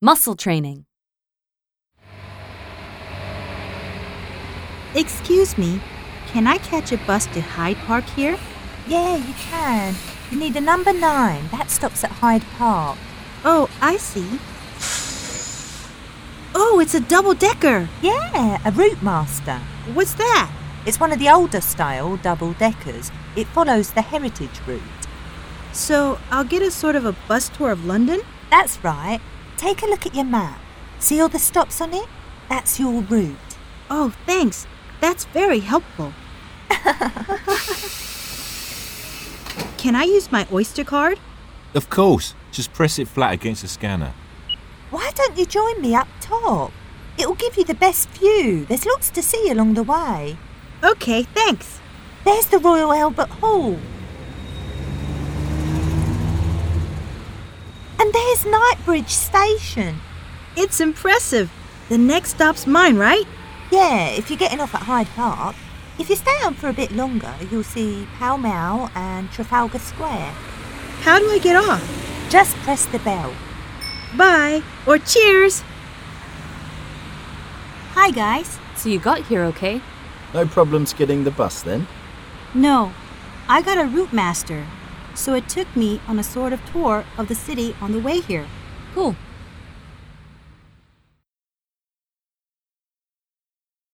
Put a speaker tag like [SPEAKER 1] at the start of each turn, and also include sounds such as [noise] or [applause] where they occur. [SPEAKER 1] Muscle training.
[SPEAKER 2] Excuse me, can I catch a bus to Hyde Park here?
[SPEAKER 3] Yeah, you can. You need a number nine. That stops at Hyde Park.
[SPEAKER 2] Oh, I see. Oh, it's a double decker.
[SPEAKER 3] Yeah, a route master.
[SPEAKER 2] What's that?
[SPEAKER 3] It's one of the older style double deckers. It follows the heritage route.
[SPEAKER 2] So I'll get a sort of a bus tour of London?
[SPEAKER 3] That's right. Take a look at your map. See all the stops on it? That's your route.
[SPEAKER 2] Oh, thanks. That's very
[SPEAKER 3] [laughs]
[SPEAKER 2] helpful. Can I use my Oyster card?
[SPEAKER 4] Of course, just press it flat against the scanner.
[SPEAKER 3] Why don't you join me up top? It'll give you the best view. There's lots to see along the way.
[SPEAKER 2] Okay, thanks.
[SPEAKER 3] There's the Royal Albert Hall. And there's Knightsbridge Station.
[SPEAKER 2] It's impressive. The next stop's mine, right?
[SPEAKER 3] Yeah, if you're getting off at Hyde Park. If you stay on for a bit longer, you'll see Pall Mall and Trafalgar Square.
[SPEAKER 2] How do I get off?
[SPEAKER 3] Just press the bell.
[SPEAKER 2] Bye or cheers. Hi, guys.
[SPEAKER 1] So you got here okay?
[SPEAKER 5] No problems getting the bus then?
[SPEAKER 2] No, I got a route master, so it took me on a sort of tour of the city on the way here.
[SPEAKER 1] Cool.